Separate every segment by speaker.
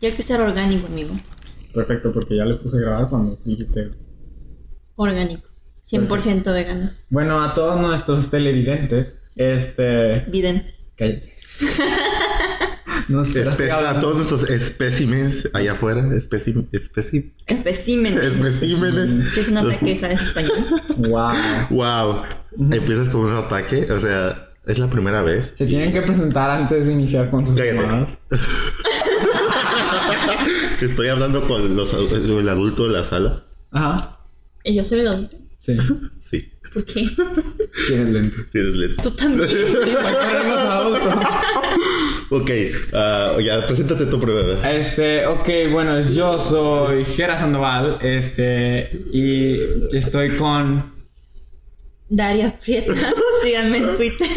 Speaker 1: Ya que ser orgánico, amigo.
Speaker 2: Perfecto, porque ya le puse a grabar cuando dijiste eso.
Speaker 1: Orgánico. 100% vegano.
Speaker 2: Bueno, a todos nuestros televidentes, este...
Speaker 1: Videntes.
Speaker 2: Cállate. No, espera,
Speaker 3: Espe-
Speaker 2: estoy
Speaker 3: a
Speaker 2: hablando.
Speaker 3: todos estos espécimes allá afuera, espécim- espécim-
Speaker 1: Especímenes.
Speaker 3: especímenes.
Speaker 1: Que es una que sabes español.
Speaker 2: Wow.
Speaker 3: Wow,
Speaker 2: Ujú.
Speaker 3: empiezas con un ataque, o sea, es la primera vez.
Speaker 2: Se tienen que presentar antes de iniciar con sus
Speaker 3: Cállate.
Speaker 2: llamadas.
Speaker 3: Estoy hablando con los, el adulto de la sala.
Speaker 2: Ajá.
Speaker 1: Y yo soy el adulto.
Speaker 2: Sí.
Speaker 3: Sí,
Speaker 1: ¿Por qué?
Speaker 2: Tienen lentes.
Speaker 3: tienes lento.
Speaker 1: Tú también.
Speaker 2: ¿Para qué reírnos a adultos?
Speaker 3: Ok, ah, ya, preséntate tú primero.
Speaker 2: Este, ok, bueno, yo soy Jera Sandoval, este, y estoy con...
Speaker 1: Daria Prieta. Síganme en Twitter.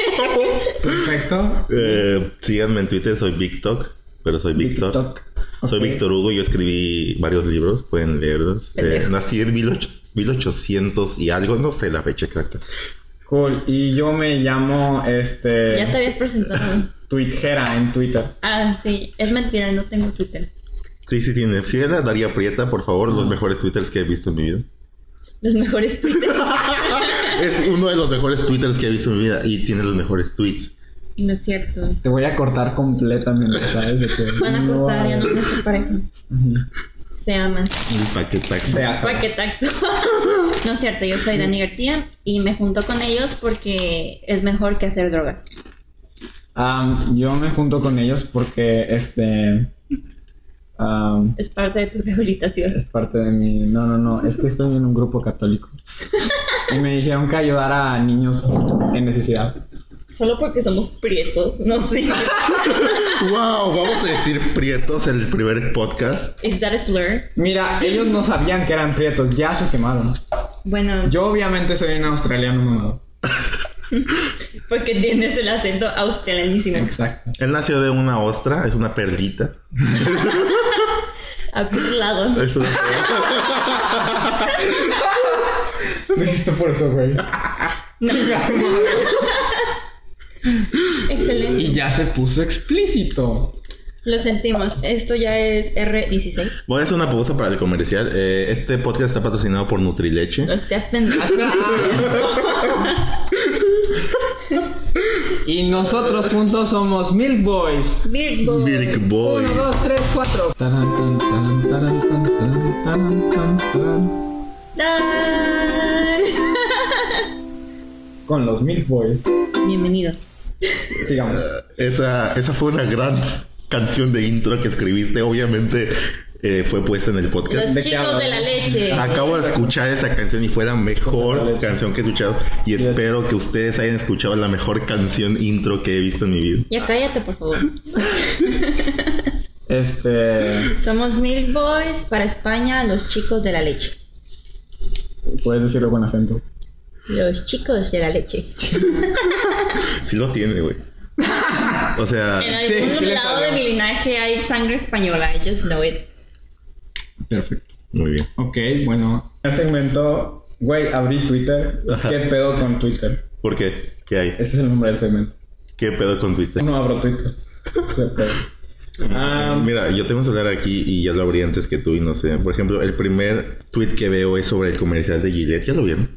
Speaker 2: Perfecto.
Speaker 3: Eh, síganme en Twitter, soy VicTok, pero soy Víctor. Soy
Speaker 2: Ok.
Speaker 3: Víctor Hugo, yo escribí varios libros, pueden leerlos. Eh,
Speaker 1: Pendejo.
Speaker 3: nací en 18 1800 y algo, no sé la fecha exacta.
Speaker 2: Cool, y yo me llamo, este...
Speaker 1: Ya te habías presentado.
Speaker 2: Tweetjera en Twitter.
Speaker 1: Ah, sí. Es mentira, no tengo Twitter.
Speaker 3: Sí, sí tiene. Síganla, a Daría Prieta, por favor, los mejores twitters que he visto en mi vida.
Speaker 1: Los mejores Twitter.
Speaker 3: Es uno de los mejores twitters que he visto en mi vida y tiene los mejores tweets.
Speaker 1: No es cierto.
Speaker 2: Te voy a cortar completamente, ¿sabes? De que
Speaker 1: Van a
Speaker 2: no
Speaker 1: cortar, ya no
Speaker 2: hay-
Speaker 1: me separan.
Speaker 2: Ujú.
Speaker 1: Se aman.
Speaker 3: El paquete taxi.
Speaker 2: Se acabó.
Speaker 1: Paquetaxo. No es cierto, yo soy Dani García y me junto con ellos porque es mejor que hacer drogas.
Speaker 2: Am, Ah, yo me junto con ellos porque, este... am,
Speaker 1: Es parte de tu rehabilitación.
Speaker 2: es parte de mi... No, no, no, es que estoy en un grupo católico. Y me dijeron que ayudara a niños en necesidad.
Speaker 1: Solo porque somos prietos, no sé.
Speaker 3: ¡Wow! Vamos a decir prietos en el primer podcast.
Speaker 1: ¿Es that a slur?
Speaker 2: Mira, ellos no sabían que eran prietos, ya se quemaron.
Speaker 1: Bueno,
Speaker 2: Yo obviamente soy un australiano mamado.
Speaker 1: porque tienes el acento australianísimo.
Speaker 2: Exacto.
Speaker 3: Él nació de una ostra, es una perlita.
Speaker 1: A tu lado.
Speaker 3: Es una-
Speaker 2: Lo hiciste por eso, güey. Chinga tu madre.
Speaker 1: Excelente.
Speaker 2: Y ya se puso explícito.
Speaker 1: Lo sentimos. Esto ya es R16.
Speaker 3: Voy a hacer una pausa para el comercial. Eh, este podcast está patrocinado por Nutrileche.
Speaker 1: O sea, has pendejo.
Speaker 2: y nosotros juntos somos Milk Boys.
Speaker 1: Virgo.
Speaker 3: Milk Boy.
Speaker 2: 1, 2, 3, 4.
Speaker 1: Dan.
Speaker 2: Con los Milk Boys.
Speaker 1: Bienvenidos.
Speaker 2: Sigamos.
Speaker 3: Esa, esa fue una gran canción de intro que escribiste. Obviamente eh, fue puesta en el podcast.
Speaker 1: Los
Speaker 2: ¿De qué
Speaker 1: chicos de la
Speaker 2: hablas?
Speaker 1: leche.
Speaker 3: Acabo de escuchar esa canción y fue la mejor canción que he escuchado. Y espero que ustedes hayan escuchado la mejor canción intro que he visto en mi vida.
Speaker 1: Ya cállate, por favor.
Speaker 2: Este.
Speaker 1: Somos Milk Boys para España, los chicos de la leche.
Speaker 2: Puedes decirlo con acento.
Speaker 1: Los chicos de la leche.
Speaker 3: Sí lo tiene, güey. O
Speaker 1: En
Speaker 3: sea,
Speaker 2: Sí,
Speaker 1: algún
Speaker 2: sí le
Speaker 1: lado
Speaker 2: salió.
Speaker 1: de mi linaje hay sangre española, I just know it.
Speaker 2: Perfecto.
Speaker 3: muy bien.
Speaker 2: Ok, bueno. El segmento. Güey, abrí Twitter.
Speaker 3: Ajá.
Speaker 2: ¿Qué pedo con Twitter?
Speaker 3: ¿Por qué? ¿Qué hay?
Speaker 2: Ese es el nombre del segmento.
Speaker 3: ¿Qué pedo con Twitter?
Speaker 2: No abro Twitter. Ese pedo. Ah,
Speaker 3: Mira, yo tengo un celular aquí y ya lo abrí antes que tú y no sé. Por ejemplo, el primer tweet que veo es sobre el comercial de Gillette. ¿Ya lo vieron?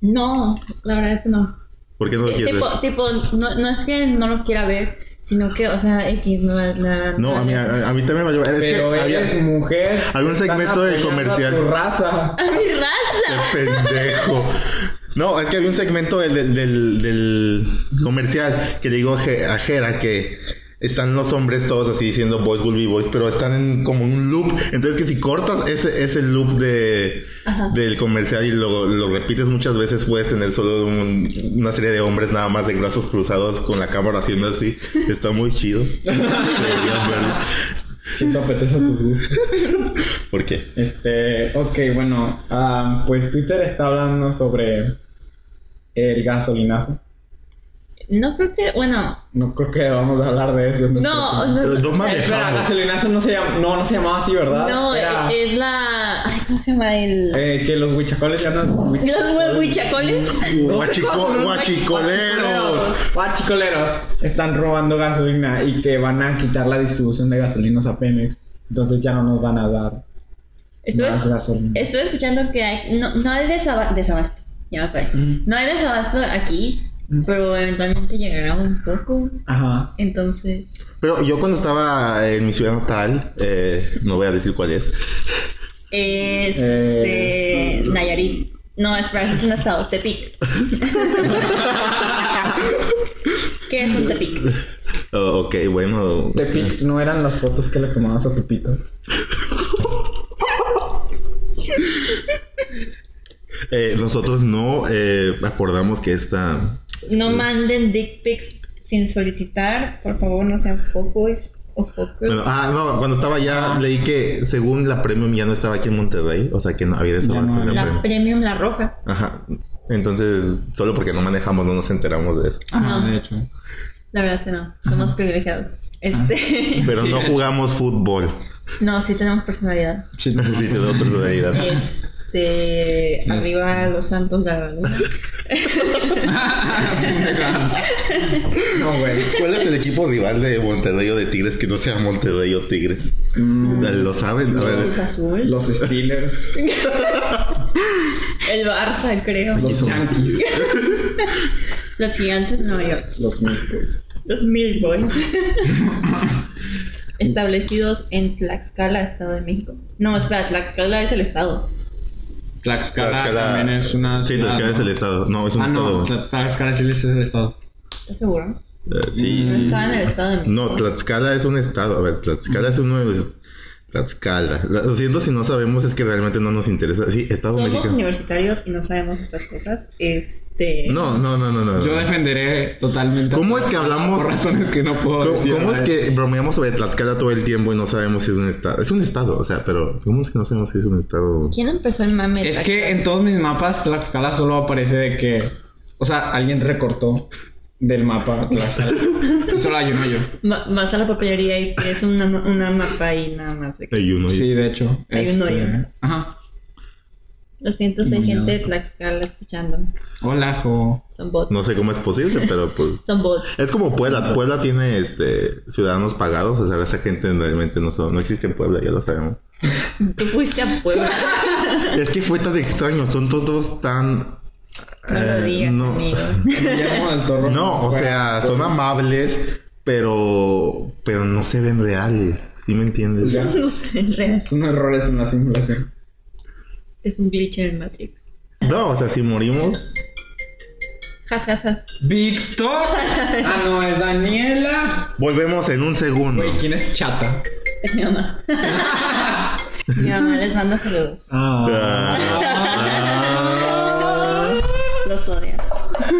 Speaker 1: No, la verdad es que no.
Speaker 3: ¿Por qué no lo
Speaker 1: Eh,
Speaker 3: quieres ver?
Speaker 1: tipo, tipo no, no es que no lo quiera ver, sino que, o sea, X no nada.
Speaker 3: No, a mí, a, a mí también me valió. Es que
Speaker 2: Pero
Speaker 3: había
Speaker 2: eres mujer.
Speaker 3: había un
Speaker 2: están
Speaker 3: segmento del
Speaker 2: apoyando
Speaker 3: comercial.
Speaker 2: A tu raza.
Speaker 1: ¡A mi raza!
Speaker 3: ¡Qué pendejo. No, es que había un segmento del, del- del- del comercial que le digo a Je- a Jera que están los hombres todos así diciendo boys will be boys, pero están en como un loop. Entonces que si cortas ese, ese loop de,
Speaker 1: Ajá.
Speaker 3: del comercial y lo, lo repites muchas veces, puedes tener solo un- una serie de hombres nada más de brazos cruzados con la cámara haciendo así. Está muy chido. Deberían verlo.
Speaker 2: Si te apetece a tus gustos.
Speaker 3: ¿Por qué?
Speaker 2: Este, ok, bueno, ah, pues Twitter está hablando sobre el gasolinazo.
Speaker 1: No creo que, bueno,
Speaker 2: No creo que vamos a hablar de eso. en nuestro
Speaker 1: no,
Speaker 2: programa.
Speaker 1: no.
Speaker 3: No
Speaker 2: Espera,
Speaker 3: manejamos.
Speaker 2: gasolinazo no se, llam- no, no se llamaba así, ¿verdad?
Speaker 1: No,
Speaker 2: Ah, Era,
Speaker 1: eh, es la. Ay, ¿Cómo se llama el.?
Speaker 2: eh, que los huichacoles ya no...
Speaker 1: ¿Los huichacoles?
Speaker 3: Guachico- guachicoleros.
Speaker 2: Guachicoleros. Guachicoleros están robando gasolina y que van a quitar la distribución de gasolinas a Pemex. Entonces ya no nos van a dar
Speaker 1: Estuve,
Speaker 2: más gasolina.
Speaker 1: estuve escuchando que hay- no, no hay desaba- desabasto. Ya me acuerdo.
Speaker 2: Mm.
Speaker 1: No hay desabasto aquí,
Speaker 2: Mm.
Speaker 1: pero eventualmente llegará un poco.
Speaker 2: Ajá.
Speaker 1: Entonces,
Speaker 3: Pero yo cuando estaba en mi ciudad natal, eh, no voy a decir cuál es,
Speaker 1: es
Speaker 2: Eh,
Speaker 1: este, Nayarit. No, es para es un estado, Tepic. ¿Qué es un Tepic?
Speaker 3: Oh, ok, bueno.
Speaker 2: Tepic no eran las fotos que le tomabas a Pepito.
Speaker 3: eh, nosotros no eh, acordamos que esta.
Speaker 1: No manden dick pics sin solicitar. Por favor, no sean fuckboys o fuckers.
Speaker 3: Bueno, ah, no, cuando estaba
Speaker 2: Ah.
Speaker 3: allá leí que según la premium ya no estaba aquí en Monterrey, o sea que no había esa
Speaker 2: Ya no
Speaker 3: base de la
Speaker 2: había.
Speaker 1: la premium,
Speaker 3: premium.
Speaker 1: la roja.
Speaker 3: Ajá. Entonces, solo porque no manejamos no nos enteramos de eso.
Speaker 1: Ajá.
Speaker 2: de hecho.
Speaker 1: La verdad es que no. Somos privilegiados. Este.
Speaker 3: Pero
Speaker 2: Sí,
Speaker 3: no
Speaker 2: de hecho.
Speaker 3: jugamos fútbol.
Speaker 1: no, sí tenemos personalidad.
Speaker 2: Sí, no.
Speaker 3: Sí, tenemos personalidad.
Speaker 1: Este. Arriba los santos de la luna.
Speaker 2: No, güey.
Speaker 3: ¿Cuál es el equipo rival de Monterrey o de Tigres que no sea Monterrey o Tigres?
Speaker 2: Mm,
Speaker 3: Lo saben, a ver.
Speaker 1: Cruz Azul.
Speaker 2: los Steelers,
Speaker 1: El Barça, creo.
Speaker 2: los
Speaker 3: son-
Speaker 2: Yankees,
Speaker 1: Los gigantes de Nueva York.
Speaker 2: los Micos.
Speaker 1: Los Milk Boys. Establecidos en Tlaxcala, Estado de México. No, espera, Tlaxcala es el estado.
Speaker 4: Tlaxcala,
Speaker 3: Tlaxcala-
Speaker 4: también es una
Speaker 3: Sí,
Speaker 4: ciudad,
Speaker 3: Tlaxcala es el
Speaker 4: ¿no?
Speaker 3: estado. No, es un
Speaker 4: Ah, no,
Speaker 3: estado.
Speaker 4: Tlax- Tlaxcala sí es el estado.
Speaker 1: ¿Estás seguro?
Speaker 3: Eh, sí.
Speaker 1: No estaba en el Estado de
Speaker 4: Mm.
Speaker 1: México.
Speaker 3: No, Tlaxcala es un estado. A ver, Tlaxcala es uno de los. Tlaxcala. Lo siento si no sabemos, es que realmente no nos interesa. Sí, Estado
Speaker 1: Somos
Speaker 3: mexicano.
Speaker 1: universitarios y no sabemos estas cosas. Este.
Speaker 3: No, no, no, no, no.
Speaker 4: Yo defenderé totalmente. a
Speaker 3: ¿Cómo es que
Speaker 4: Tlaxcala
Speaker 3: hablamos-
Speaker 4: Por razones que no puedo
Speaker 3: ¿Cómo,
Speaker 4: decir.
Speaker 3: cómo es
Speaker 4: ¿verdad?
Speaker 3: que bromeamos sobre Tlaxcala todo el tiempo y no sabemos si es un estado? Es un estado, o sea, pero ¿cómo es que no sabemos si es un estado?
Speaker 1: ¿Quién empezó el mame? de
Speaker 4: Es
Speaker 1: Tlaxcala?
Speaker 4: que en todos mis mapas Tlaxcala solo aparece de que... O sea, alguien recortó del mapa Tlaxcala. Y solo hay uno yo.
Speaker 1: Va- Vas a la papelería y es una, una mapa y nada más. de que-
Speaker 3: Hay uno.
Speaker 4: Sí, de hecho.
Speaker 1: Hay uno
Speaker 4: este,
Speaker 1: yo.
Speaker 4: Ajá.
Speaker 1: Lo siento, soy
Speaker 2: No,
Speaker 1: gente
Speaker 2: no.
Speaker 1: de Tlaxcala escuchando.
Speaker 4: Hola, Jo.
Speaker 1: Son bots.
Speaker 3: No sé cómo es posible, pero pues.
Speaker 1: Son bots.
Speaker 3: Es como Puebla. Puebla tiene este ciudadanos pagados, o sea, esa gente realmente no, son- no existe en Puebla, ya lo sabemos.
Speaker 1: Tú fuiste a Puebla.
Speaker 3: Es que fue tan extraño, son todos tan.
Speaker 1: No lo
Speaker 3: eh,
Speaker 1: digas,
Speaker 3: no.
Speaker 1: amigo.
Speaker 4: Guillermo del Toro.
Speaker 3: No, o
Speaker 4: Fue-
Speaker 3: sea,
Speaker 4: fue-
Speaker 3: son amables, pero pero no se ven reales. ¿Sí me entiendes?
Speaker 4: Ya.
Speaker 1: No sé, es real.
Speaker 4: Son errores en la simulación.
Speaker 1: Es un glitch en el Matrix.
Speaker 3: No, o sea, si morimos.
Speaker 1: Has, has, has.
Speaker 4: ¡Víctor! Ah, no, es Daniela.
Speaker 3: Volvemos en un segundo.
Speaker 4: Güey, ¿quién es Chata?
Speaker 1: Es mi mamá. mi mamá les manda saludos.
Speaker 2: Ah,
Speaker 3: Ah, ah.
Speaker 1: Los odia.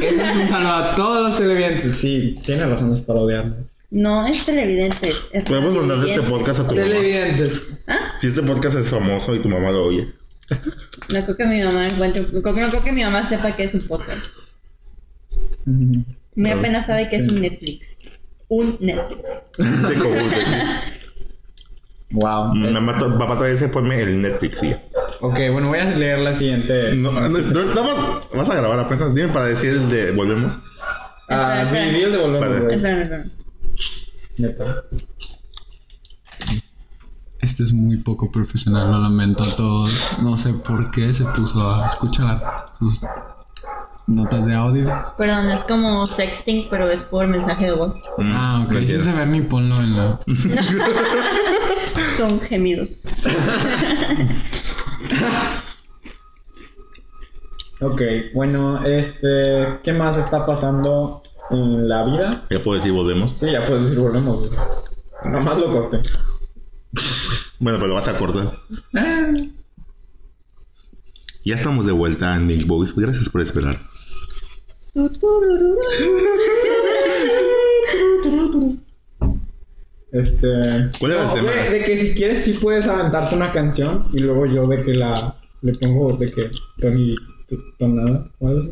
Speaker 4: Eso es un saludo a todos los televidentes.
Speaker 2: sí, tiene razones para odiarnos.
Speaker 1: No es televidente. es
Speaker 3: Podemos mandarle este
Speaker 1: televidente.
Speaker 3: podcast a tu mamá.
Speaker 4: Televidentes.
Speaker 1: ¿Ah?
Speaker 3: Si este podcast es famoso y tu mamá lo oye.
Speaker 1: No creo que mi mamá encuentre. No creo, no creo que mi mamá sepa que es un podcast.
Speaker 2: Mm,
Speaker 1: Mi
Speaker 3: Claro.
Speaker 1: apenas sabe que es un Netflix. Un Netflix.
Speaker 3: Este cojudo.
Speaker 2: Wow.
Speaker 3: Nada más to- papá todavía se pone el Netflix, sí.
Speaker 4: Ok, bueno, voy a leer la siguiente.
Speaker 3: No, no, no estamos. Vas a grabar apenas. Dime para decir el de volvemos.
Speaker 4: Ah,
Speaker 1: Espera, espera.
Speaker 4: mi deal de
Speaker 3: Vale.
Speaker 4: volver. güey.
Speaker 1: Espérame, espérame.
Speaker 2: Neta.
Speaker 5: Este es muy poco profesional, lo lamento a todos. No sé por qué se puso a escuchar sus notas de audio.
Speaker 1: Perdón, es como sexting, pero es por mensaje de voz.
Speaker 3: Mm,
Speaker 5: Ah, ok,
Speaker 3: no
Speaker 5: sin
Speaker 3: entiendo.
Speaker 5: saber ni ponlo en la...
Speaker 1: Son gemidos.
Speaker 2: Ok, bueno, este, ¿qué más está pasando en la vida?
Speaker 3: Ya puedo decir volvemos.
Speaker 2: Sí, ya puedes decir, volvemos. güey. Nomás lo corté.
Speaker 3: Bueno, pero lo vas a cortar. Ya estamos de vuelta en Nick Boys. Gracias por esperar.
Speaker 2: Este.
Speaker 3: ¿Cuál era el
Speaker 2: no,
Speaker 3: tema?
Speaker 2: güey, de que si quieres, sí puedes aventarte una canción y luego yo de que la. Le pongo de que. Tony. tu- Tonada o algo así.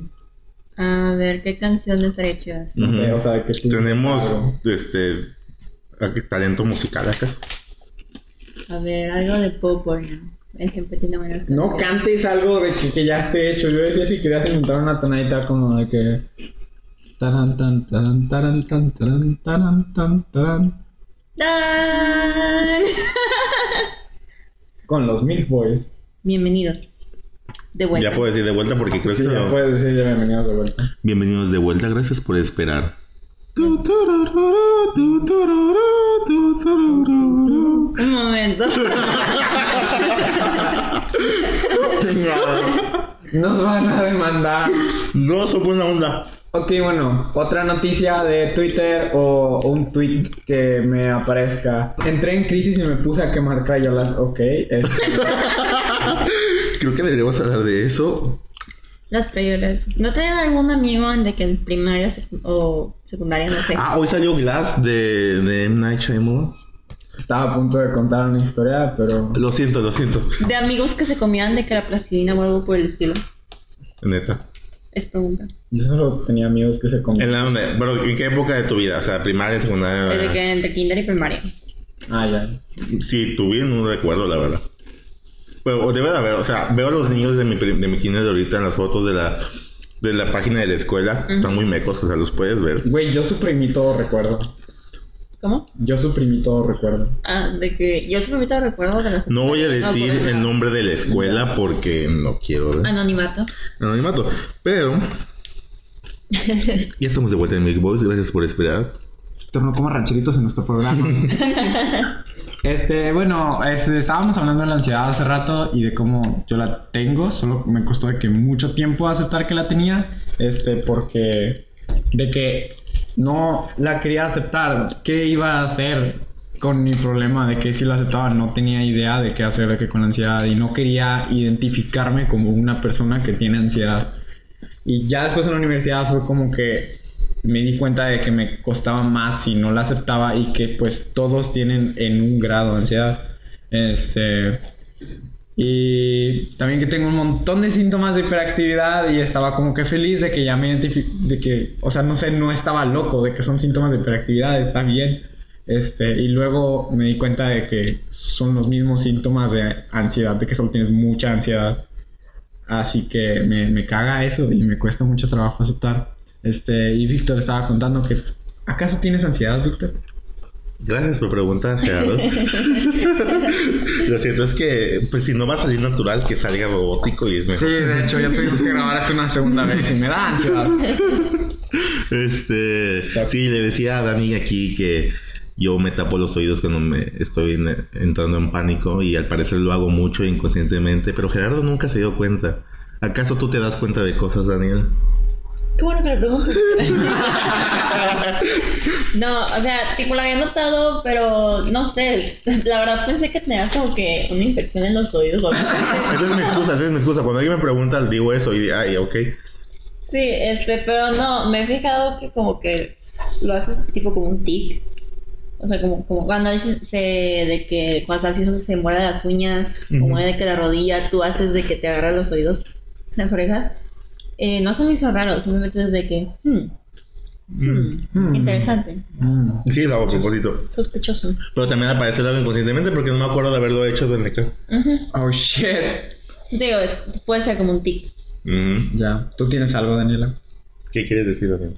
Speaker 1: A ver, ¿qué canción estaría chida?
Speaker 2: No sé,
Speaker 3: Ujú.
Speaker 2: o sea, de que tú-
Speaker 3: Tenemos
Speaker 2: algo.
Speaker 3: este ¿a qué talento musical acá.
Speaker 1: A ver, algo de Pop Boy. Él siempre tiene buenas canciones.
Speaker 2: No cantes algo de que, que ya esté hecho. Yo decía si querías inventar una tonadita como de que.
Speaker 5: Taran, tan, taran, taran, tan, taran, taran, tan, taran.
Speaker 1: ¡Dan!
Speaker 6: Con los Milk Boys.
Speaker 1: Bienvenidos. De vuelta.
Speaker 3: Ya puedo decir de vuelta porque creo que
Speaker 6: Sí,
Speaker 3: se
Speaker 6: ya
Speaker 3: lo-
Speaker 6: puedes decir ya bienvenidos de vuelta.
Speaker 3: Bienvenidos de vuelta, gracias por esperar.
Speaker 1: Un momento.
Speaker 2: Nos van a demandar.
Speaker 3: No, eso fue una onda.
Speaker 2: Ok, bueno, otra noticia de Twitter o un tweet que me aparezca.
Speaker 6: Entré en crisis y me puse a quemar crayolas. Ok, este,
Speaker 3: Creo que deberíamos hablar de eso.
Speaker 1: Las crayolas. ¿No tienen algún amigo de que en primaria sec- o secundaria, no sé?
Speaker 3: Ah, hoy salió Glass de, de M. Night Shyamalan.
Speaker 6: estaba a punto de contar una historia, pero.
Speaker 3: Lo siento, lo siento.
Speaker 1: De amigos que se comían de que la plastilina o algo por el estilo.
Speaker 3: Neta.
Speaker 1: Es pregunta.
Speaker 6: Yo solo tenía amigos que se comían.
Speaker 3: ¿En, la onda, pero, ¿En qué época de tu vida? O sea, primaria,
Speaker 1: Desde
Speaker 3: secundaria.
Speaker 1: que entre kinder y primaria.
Speaker 6: Ah, ya.
Speaker 3: Sí, tuve, no recuerdo, la verdad. Pero debe de haber, o sea, veo a los niños de mi, prim- de mi kinder de ahorita en las fotos de la, de la página de la escuela. Están muy mecos, o sea, los puedes ver.
Speaker 6: Güey, yo suprimí todo recuerdo.
Speaker 1: ¿Cómo?
Speaker 6: Yo suprimí todo recuerdo.
Speaker 1: Ah, de que yo siempre ahorita recuerdo de las.
Speaker 3: No voy a decir
Speaker 1: acuerdo de
Speaker 3: el
Speaker 1: nada.
Speaker 3: nombre de la escuela porque no quiero
Speaker 1: Ah, Anonimato.
Speaker 3: anonimato. Pero ya estamos de vuelta en Big Boys. Gracias por esperar.
Speaker 2: Torno como rancheritos en nuestro programa. Este, bueno, este, estábamos hablando de la ansiedad hace rato y de cómo yo la tengo, solo me costó de que mucho tiempo aceptar que la tenía, este, porque de que no la quería aceptar, qué iba a hacer con mi problema de que si la aceptaba no tenía idea de qué hacer de que con la ansiedad y no quería identificarme como una persona que tiene ansiedad. Y ya después en la universidad fue como que me di cuenta de que me costaba más si no la aceptaba y que pues todos tienen en un grado de ansiedad. Este. Y también que tengo un montón de síntomas de hiperactividad y estaba como que feliz de que ya me identifico, de que, o sea, no sé, no estaba loco, de que son síntomas de hiperactividad, está bien. Este, y luego me di cuenta de que son los mismos síntomas de ansiedad, de que solo tienes mucha ansiedad. Así que me, me caga eso y me cuesta mucho trabajo aceptar. Este, y Víctor estaba contando que. ¿Acaso tienes ansiedad, Víctor?
Speaker 3: Gracias por preguntar, Gerardo. Lo cierto es que, pues, si no va a salir natural, que salga robótico y es mejor.
Speaker 2: de hecho, ya tuvimos que grabar esto una segunda vez y me da ansiedad.
Speaker 3: Este, sí, le decía a Dani aquí que yo me tapo los oídos cuando me estoy en- entrando en pánico y al parecer lo hago mucho inconscientemente, pero Gerardo nunca se dio cuenta. ¿Acaso tú te das cuenta de cosas, Daniel?
Speaker 1: Qué bueno que lo preguntas. no, o sea, tipo lo había notado, pero no sé. La verdad pensé que tenías como que una infección en los oídos o algo.
Speaker 3: Esa es mi excusa, esa es mi excusa. Cuando alguien me pregunta, digo eso y ay, ok.
Speaker 1: Sí, este, pero no, me he fijado que como que lo haces tipo como un tic. O sea, como, como cuando a veces se, de que cuando estás haciendo eso se muerde las uñas, o
Speaker 3: Ujú.
Speaker 1: muerde que la rodilla, tú haces de que te agarras los oídos, las orejas. Eh, no se me hizo raro, simplemente es de que, hmm, hmm, interesante,
Speaker 3: Mm.
Speaker 2: Mm.
Speaker 3: Sí, lo hago a propósito.
Speaker 1: sospechoso.
Speaker 3: Pero también aparece lo hago inconscientemente porque no me acuerdo de haberlo hecho desde que...
Speaker 1: Ujú.
Speaker 2: Oh shit.
Speaker 1: Digo, es- puede ser como un tic.
Speaker 3: Ujú.
Speaker 2: Ya, tú tienes algo, Daniela.
Speaker 3: Mm. ¿Qué quieres decir, Daniel?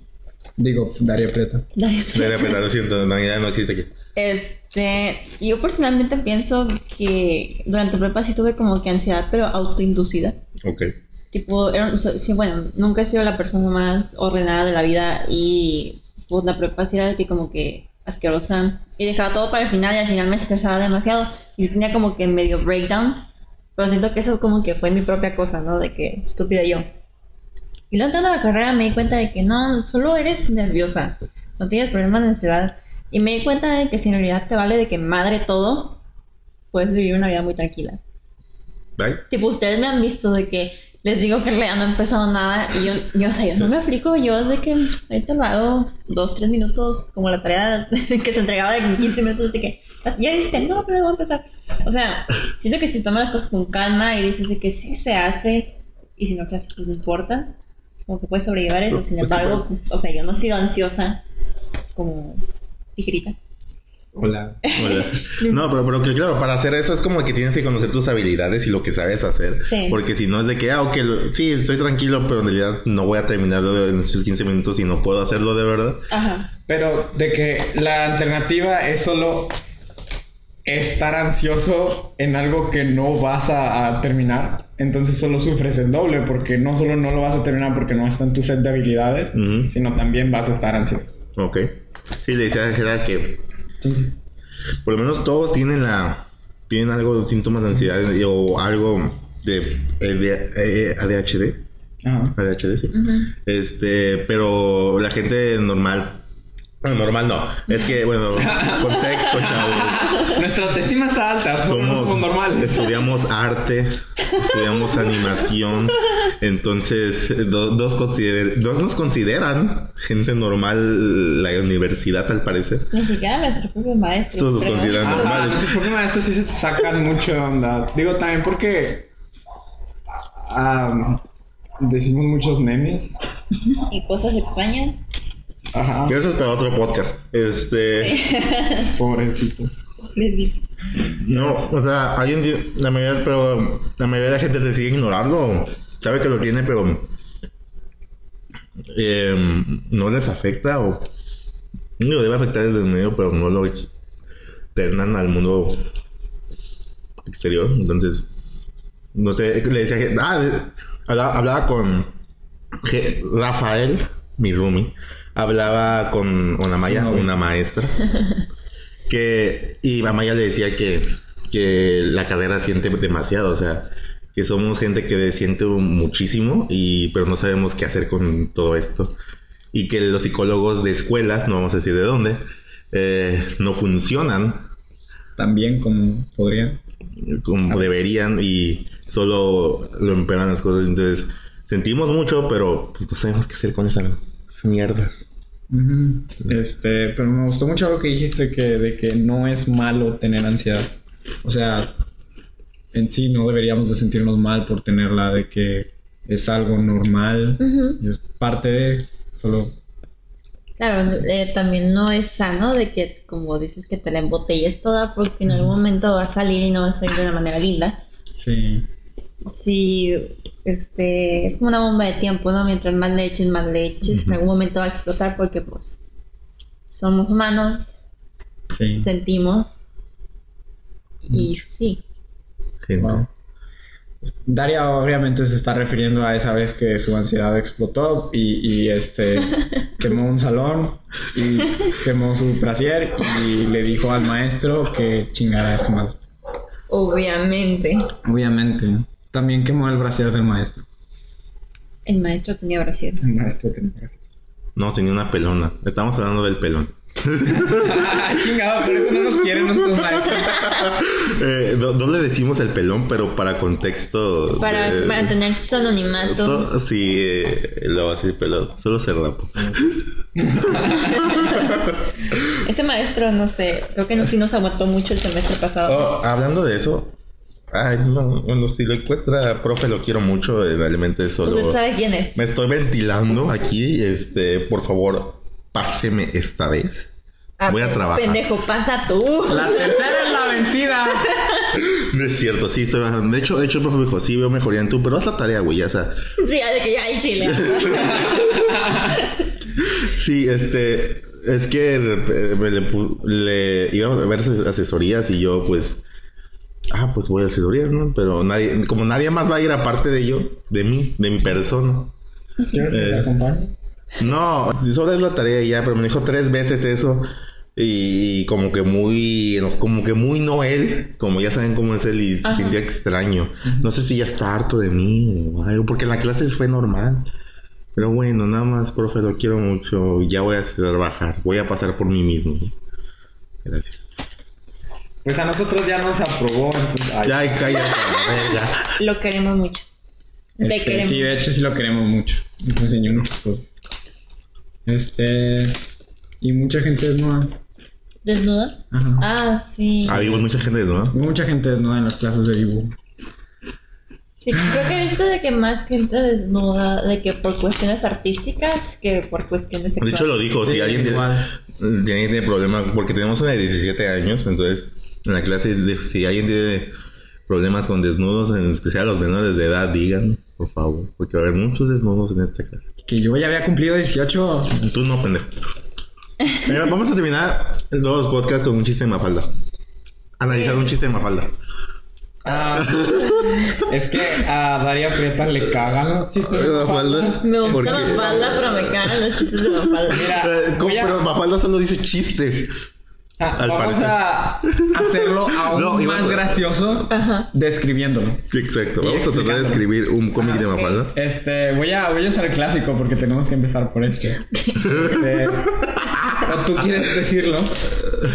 Speaker 2: Digo, Daría Preta.
Speaker 1: Dale.
Speaker 3: Le repito, lo siento, Daniel no existe aquí.
Speaker 1: Este, yo personalmente pienso que durante prepa sí tuve como que ansiedad, pero autoinducida.
Speaker 3: Ok.
Speaker 1: Tipo, era un- so- sí, bueno, nunca he sido la persona más ordenada de la vida y pues la prepa sí era de que como que asquerosa y dejaba todo para el final y al final me estresaba demasiado y sí tenía como que medio breakdowns, pero siento que eso como que fue mi propia cosa, ¿no? De que estúpida yo. Y luego entrando a la carrera me di cuenta de que no, solo eres nerviosa, no tienes problemas de ansiedad y me di cuenta de que si en realidad te vale de que madre todo, puedes vivir una vida muy tranquila.
Speaker 3: Bye.
Speaker 1: Tipo, ustedes me han visto de que les digo que en realidad no he empezado nada y yo, yo o sea, yo no me frico, yo es de que ahorita lo hago dos, tres minutos, como la tarea que se entregaba de 15 minutos, de que "Así, ya hiciste, no, pero voy a empezar. O sea, siento que si tomas las cosas con calma y dices de que sí se hace y si no se hace, pues no importa, como que puedes sobrellevar eso. Sin embargo, o sea, yo no he sido ansiosa como tijerita.
Speaker 2: Hola.
Speaker 3: Hola. No, pero, pero que claro, para hacer eso es como que tienes que conocer tus habilidades y lo que sabes hacer.
Speaker 1: Sí.
Speaker 3: Porque si no es de que, ah, ok, lo- sí, estoy tranquilo, pero en realidad no voy a terminarlo de- en esos 15 minutos y no puedo hacerlo de verdad.
Speaker 1: Ajá.
Speaker 2: Pero de que la alternativa es solo estar ansioso en algo que no vas a, a terminar. Entonces solo sufres el doble porque no solo no lo vas a terminar porque no está en tu set de habilidades,
Speaker 3: Ujú.
Speaker 2: sino también vas a estar ansioso.
Speaker 3: Ok. Sí, le decía a Gerard que
Speaker 2: Entonces,
Speaker 3: por lo menos todos tienen la tienen algo síntomas de ansiedad y- o algo de, eh, de, eh, ADHD,
Speaker 2: ajá.
Speaker 3: ADHD sí.
Speaker 1: Ujú.
Speaker 3: Este, pero la gente normal bueno, normal no, es que bueno, contexto, chavos.
Speaker 2: Nuestra autoestima está alta, somos,
Speaker 3: Somos
Speaker 2: normales.
Speaker 3: estudiamos arte, estudiamos animación, entonces do- dos, consider- dos nos consideran gente normal la universidad al parecer.
Speaker 1: Ni siquiera nuestros propios maestros.
Speaker 3: Todos los
Speaker 1: creo.
Speaker 3: consideran
Speaker 2: Ajá,
Speaker 3: normales.
Speaker 2: entonces por una de estos sí se te sacan mucho de onda. Digo también porque am, decimos muchos memes.
Speaker 1: Y cosas extrañas.
Speaker 2: Ajá.
Speaker 3: Pero eso es para otro podcast. Este,
Speaker 2: Pobrecitos.
Speaker 1: Les digo.
Speaker 3: no, o sea, alguien, di- la mayoría, pero la mayoría de la gente decide ignorarlo. Sabe que lo tiene, pero eh, no les afecta o lo debe afectar desde el medio, pero no lo externan al mundo exterior. Entonces, no sé, le decía que, ah, de- hablaba, hablaba con Ge- Rafael, mi roomie, hablaba con una Maya, una maestra. que y a Maya le decía que, que la carrera siente demasiado, o sea, que somos gente que siente muchísimo y pero no sabemos qué hacer con todo esto y que los psicólogos de escuelas, no vamos a decir de dónde, eh, no funcionan
Speaker 2: También como podrían.
Speaker 3: como deberían y solo lo empeoran las cosas, entonces sentimos mucho, pero pues no sabemos qué hacer con esas mierdas.
Speaker 2: Ujú. Este, pero me gustó mucho algo que dijiste que, de que no es malo tener ansiedad. O sea, en sí no deberíamos de sentirnos mal por tenerla, de que es algo normal y es parte de solo
Speaker 1: Claro, eh, también no es sano de que, como dices, que te la embotelles toda porque en algún momento va a salir y no va a salir de una manera linda.
Speaker 2: sí.
Speaker 1: Si, este, es como una bomba de tiempo, ¿no? Mientras más le eches, más le eches, en algún momento va a explotar porque, pues, somos humanos,
Speaker 2: Sí.
Speaker 1: sentimos y sí.
Speaker 3: Gente.
Speaker 2: Wow. Daria obviamente se está refiriendo a esa vez que su ansiedad explotó y, y, este quemó un salón y quemó su brasier y le dijo al maestro que chingara a su madre.
Speaker 1: Obviamente,
Speaker 2: Obviamente. También quemó el brasier del maestro.
Speaker 1: el maestro tenía brasier.
Speaker 2: El maestro tenía brasier.
Speaker 3: No, tenía una pelona. Estamos hablando del pelón.
Speaker 2: Ah, chingado, por eso no nos quieren nuestros maestros.
Speaker 3: Eh, no, no le decimos el pelón, pero para contexto.
Speaker 1: Para
Speaker 3: eh,
Speaker 1: mantener su anonimato.
Speaker 3: to- Sí, eh, lo va a decir pelón. Solo se rapó.
Speaker 1: Ese maestro, no sé, creo que no, sí nos aguantó mucho el semestre pasado.
Speaker 3: Oh, hablando de eso. Ay, no, bueno, si lo encuentra, profe, lo quiero mucho. eh, Realmente
Speaker 1: ¿Usted
Speaker 3: solo.
Speaker 1: Pues, sabe quién es?
Speaker 3: Me estoy ventilando aquí. Este, por favor, páseme esta vez. Voy a trabajar.
Speaker 1: Ah, pues, Pendejo, pasa tú.
Speaker 2: La tercera es la vencida.
Speaker 3: No es cierto, sí, estoy bajando. De hecho, de hecho, el profe me dijo, sí, veo mejoría en tú, pero haz la tarea, güey. ya, O sea,
Speaker 1: Sí, ya de que ya hay chile.
Speaker 3: Sí, este, es que eh, me le, pu- le íbamos a ver ases- asesorías y yo pues, ah, pues voy a asesorías, ¿no? Pero nadie, como nadie más va a ir aparte de yo, de mí, de mi persona.
Speaker 2: ¿Quieres que te
Speaker 3: Eh.
Speaker 2: acompañe?
Speaker 3: No, solo es la tarea y ya, pero me dijo tres veces eso y como que muy, como que muy no él, como ya saben cómo es él y se
Speaker 1: Ajá.
Speaker 3: sentía extraño. No sé si ya está harto de mí o algo, porque en la clase fue normal. Pero bueno, nada más, profe, lo quiero mucho. Ya voy a hacer bajar, voy a pasar por mí mismo. Gracias.
Speaker 2: Pues a nosotros ya nos aprobó. Entonces, ay.
Speaker 3: Ya, cállate, a la verga.
Speaker 1: Lo queremos mucho. Te
Speaker 2: Este,
Speaker 1: queremos.
Speaker 2: Sí, de hecho sí lo queremos mucho. Nos enseñó muchas cosas. Este. Y mucha gente es nueva.
Speaker 1: ¿Desnuda?
Speaker 2: Ajá.
Speaker 1: Ah, sí.
Speaker 3: Había mucha gente, ¿no?
Speaker 2: Y mucha gente es nueva en las clases de dibujo.
Speaker 1: Sí, creo que he visto de que más gente desnuda, de que por cuestiones artísticas que por cuestiones
Speaker 3: De
Speaker 1: sexuales.
Speaker 3: hecho, lo dijo, si alguien tiene,
Speaker 2: Igual.
Speaker 3: tiene, tiene problema, porque tenemos una de 17 años, entonces en la clase, de- si alguien tiene problemas con desnudos, en especial los menores de edad, digan, por favor, porque va a haber muchos desnudos en esta clase.
Speaker 2: Que yo ya había cumplido 18.
Speaker 3: Tú no, pendejo. Mira, vamos a terminar todos los podcasts con un chiste de Mafalda. Analizando un chiste de Mafalda.
Speaker 2: Ah, es que a Daria Prieta le cagan los chistes. de
Speaker 3: Mafalda.
Speaker 1: Me
Speaker 3: ¿por
Speaker 1: gusta
Speaker 3: qué?
Speaker 1: la falda, pero me cagan los chistes de la falda.
Speaker 2: Mira,
Speaker 3: Eh, ¿cómo?
Speaker 2: voy a-
Speaker 3: Pero Mafalda solo dice chistes.
Speaker 2: ah,
Speaker 3: al
Speaker 2: vamos a hacerlo aún
Speaker 3: No, ibas
Speaker 2: más
Speaker 3: a-
Speaker 2: gracioso
Speaker 1: Ajá.
Speaker 2: describiéndolo.
Speaker 3: Exacto.
Speaker 2: Y
Speaker 3: Vamos a tratar
Speaker 2: explicando.
Speaker 3: de escribir un cómic de
Speaker 2: Ah, ok.
Speaker 3: Mafalda.
Speaker 2: Este, voy a, voy a usar el clásico porque tenemos que empezar por este. Este, ¿o ¿Tú quieres decirlo?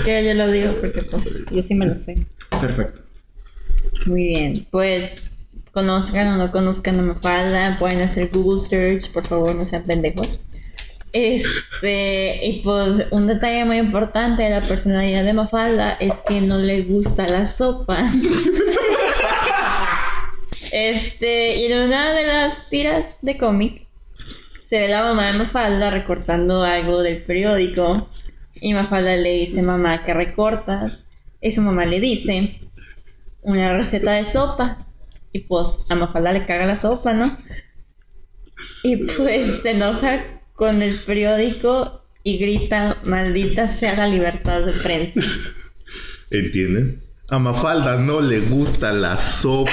Speaker 1: Que yo lo digo porque pues yo sí me lo sé.
Speaker 2: Perfecto.
Speaker 1: Muy bien, pues conozcan o no conozcan a Mafalda, pueden hacer Google search, por favor, no sean pendejos. Este, y pues un detalle muy importante de la personalidad de Mafalda es que no le gusta la sopa. Este, y en una de las tiras de cómic se ve la mamá de Mafalda recortando algo del periódico y Mafalda le dice, mamá, ¿qué recortas? Y su mamá le dice, una receta de sopa. Y pues a Mafalda le caga la sopa, ¿no? Y pues se enoja con el periódico y grita, maldita sea la libertad de prensa.
Speaker 3: ¿Entienden? A Mafalda no le gusta la sopa.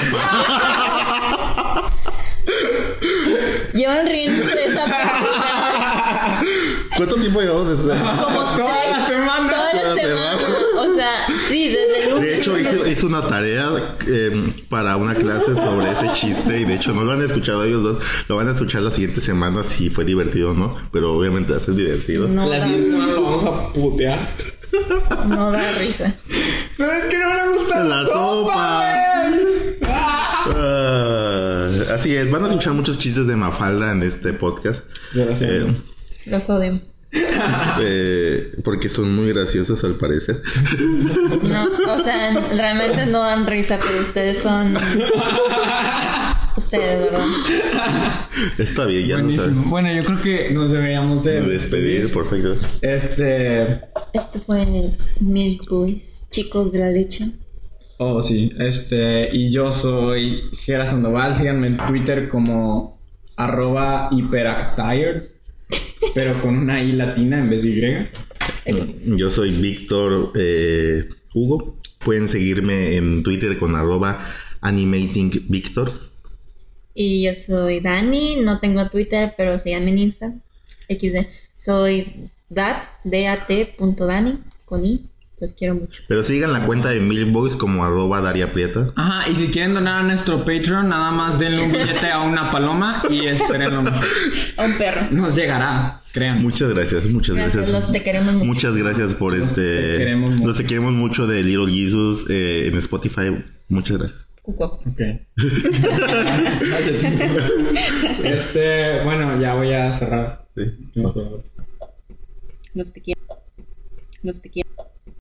Speaker 1: Llevan riendo de esa película
Speaker 3: ¿Cuánto tiempo llevamos de eso?
Speaker 1: como
Speaker 2: Toda
Speaker 1: tres-
Speaker 2: la semana.
Speaker 1: toda la
Speaker 3: Toda la
Speaker 1: semana. O sea, sí, desde el
Speaker 3: De
Speaker 1: lunes.
Speaker 3: hecho, hice, hice una tarea eh, para una clase sobre ese chiste y de hecho no lo han escuchado ellos dos. Lo van a escuchar la siguiente semana si fue divertido o no, pero obviamente va a ser divertido.
Speaker 1: No
Speaker 2: La
Speaker 1: da,
Speaker 2: siguiente semana lo vamos a putear.
Speaker 1: no da risa.
Speaker 2: Pero es que no le gusta la,
Speaker 3: La sopa.
Speaker 2: sopa. güey.
Speaker 3: Ah, así es, van a escuchar muchos chistes de Mafalda en este podcast.
Speaker 2: Yo lo sé.
Speaker 3: Eh,
Speaker 1: Los odio.
Speaker 3: eh, porque son muy graciosos al parecer.
Speaker 1: No, o sea, realmente no dan risa, pero ustedes son. Ustedes, ¿verdad?
Speaker 3: Está bien, ya
Speaker 7: Buenísimo.
Speaker 2: Bueno, yo creo que nos deberíamos
Speaker 3: no
Speaker 2: de
Speaker 3: sabes. Despedir, por favor.
Speaker 2: Este.
Speaker 1: Esto fue en el Milk Boys, chicos de la leche.
Speaker 2: Oh, sí. Este. Y yo soy Gera Sandoval. Síganme en Twitter como arroba hyperactired. Pero con una I latina en vez de Y.
Speaker 3: Mm, Yo soy Víctor eh, Hugo. Pueden seguirme en Twitter con arroba animatingvictor.
Speaker 1: Y yo soy Dani, no tengo Twitter, pero síganme en Insta. XD. Soy dat, D-A-T punto Dani, con I. Los quiero mucho.
Speaker 3: Pero sigan la cuenta de Milboys como arroba Daria Prieta.
Speaker 2: Ajá, y si quieren donar a nuestro Patreon, nada más denle un billete a una paloma y espérenlo.
Speaker 1: A un perro.
Speaker 2: Nos llegará, crean.
Speaker 3: Muchas gracias, muchas gracias.
Speaker 1: Gracias, los te queremos mucho.
Speaker 3: Muchas gracias por este.
Speaker 2: te queremos mucho.
Speaker 3: Los te queremos mucho de Little Jesus eh, en Spotify. Muchas gracias.
Speaker 1: Cuco.
Speaker 2: Ok. este, bueno, ya voy a cerrar.
Speaker 3: Sí.
Speaker 2: Nos vemos.
Speaker 1: Los te quiero. Los te quiero.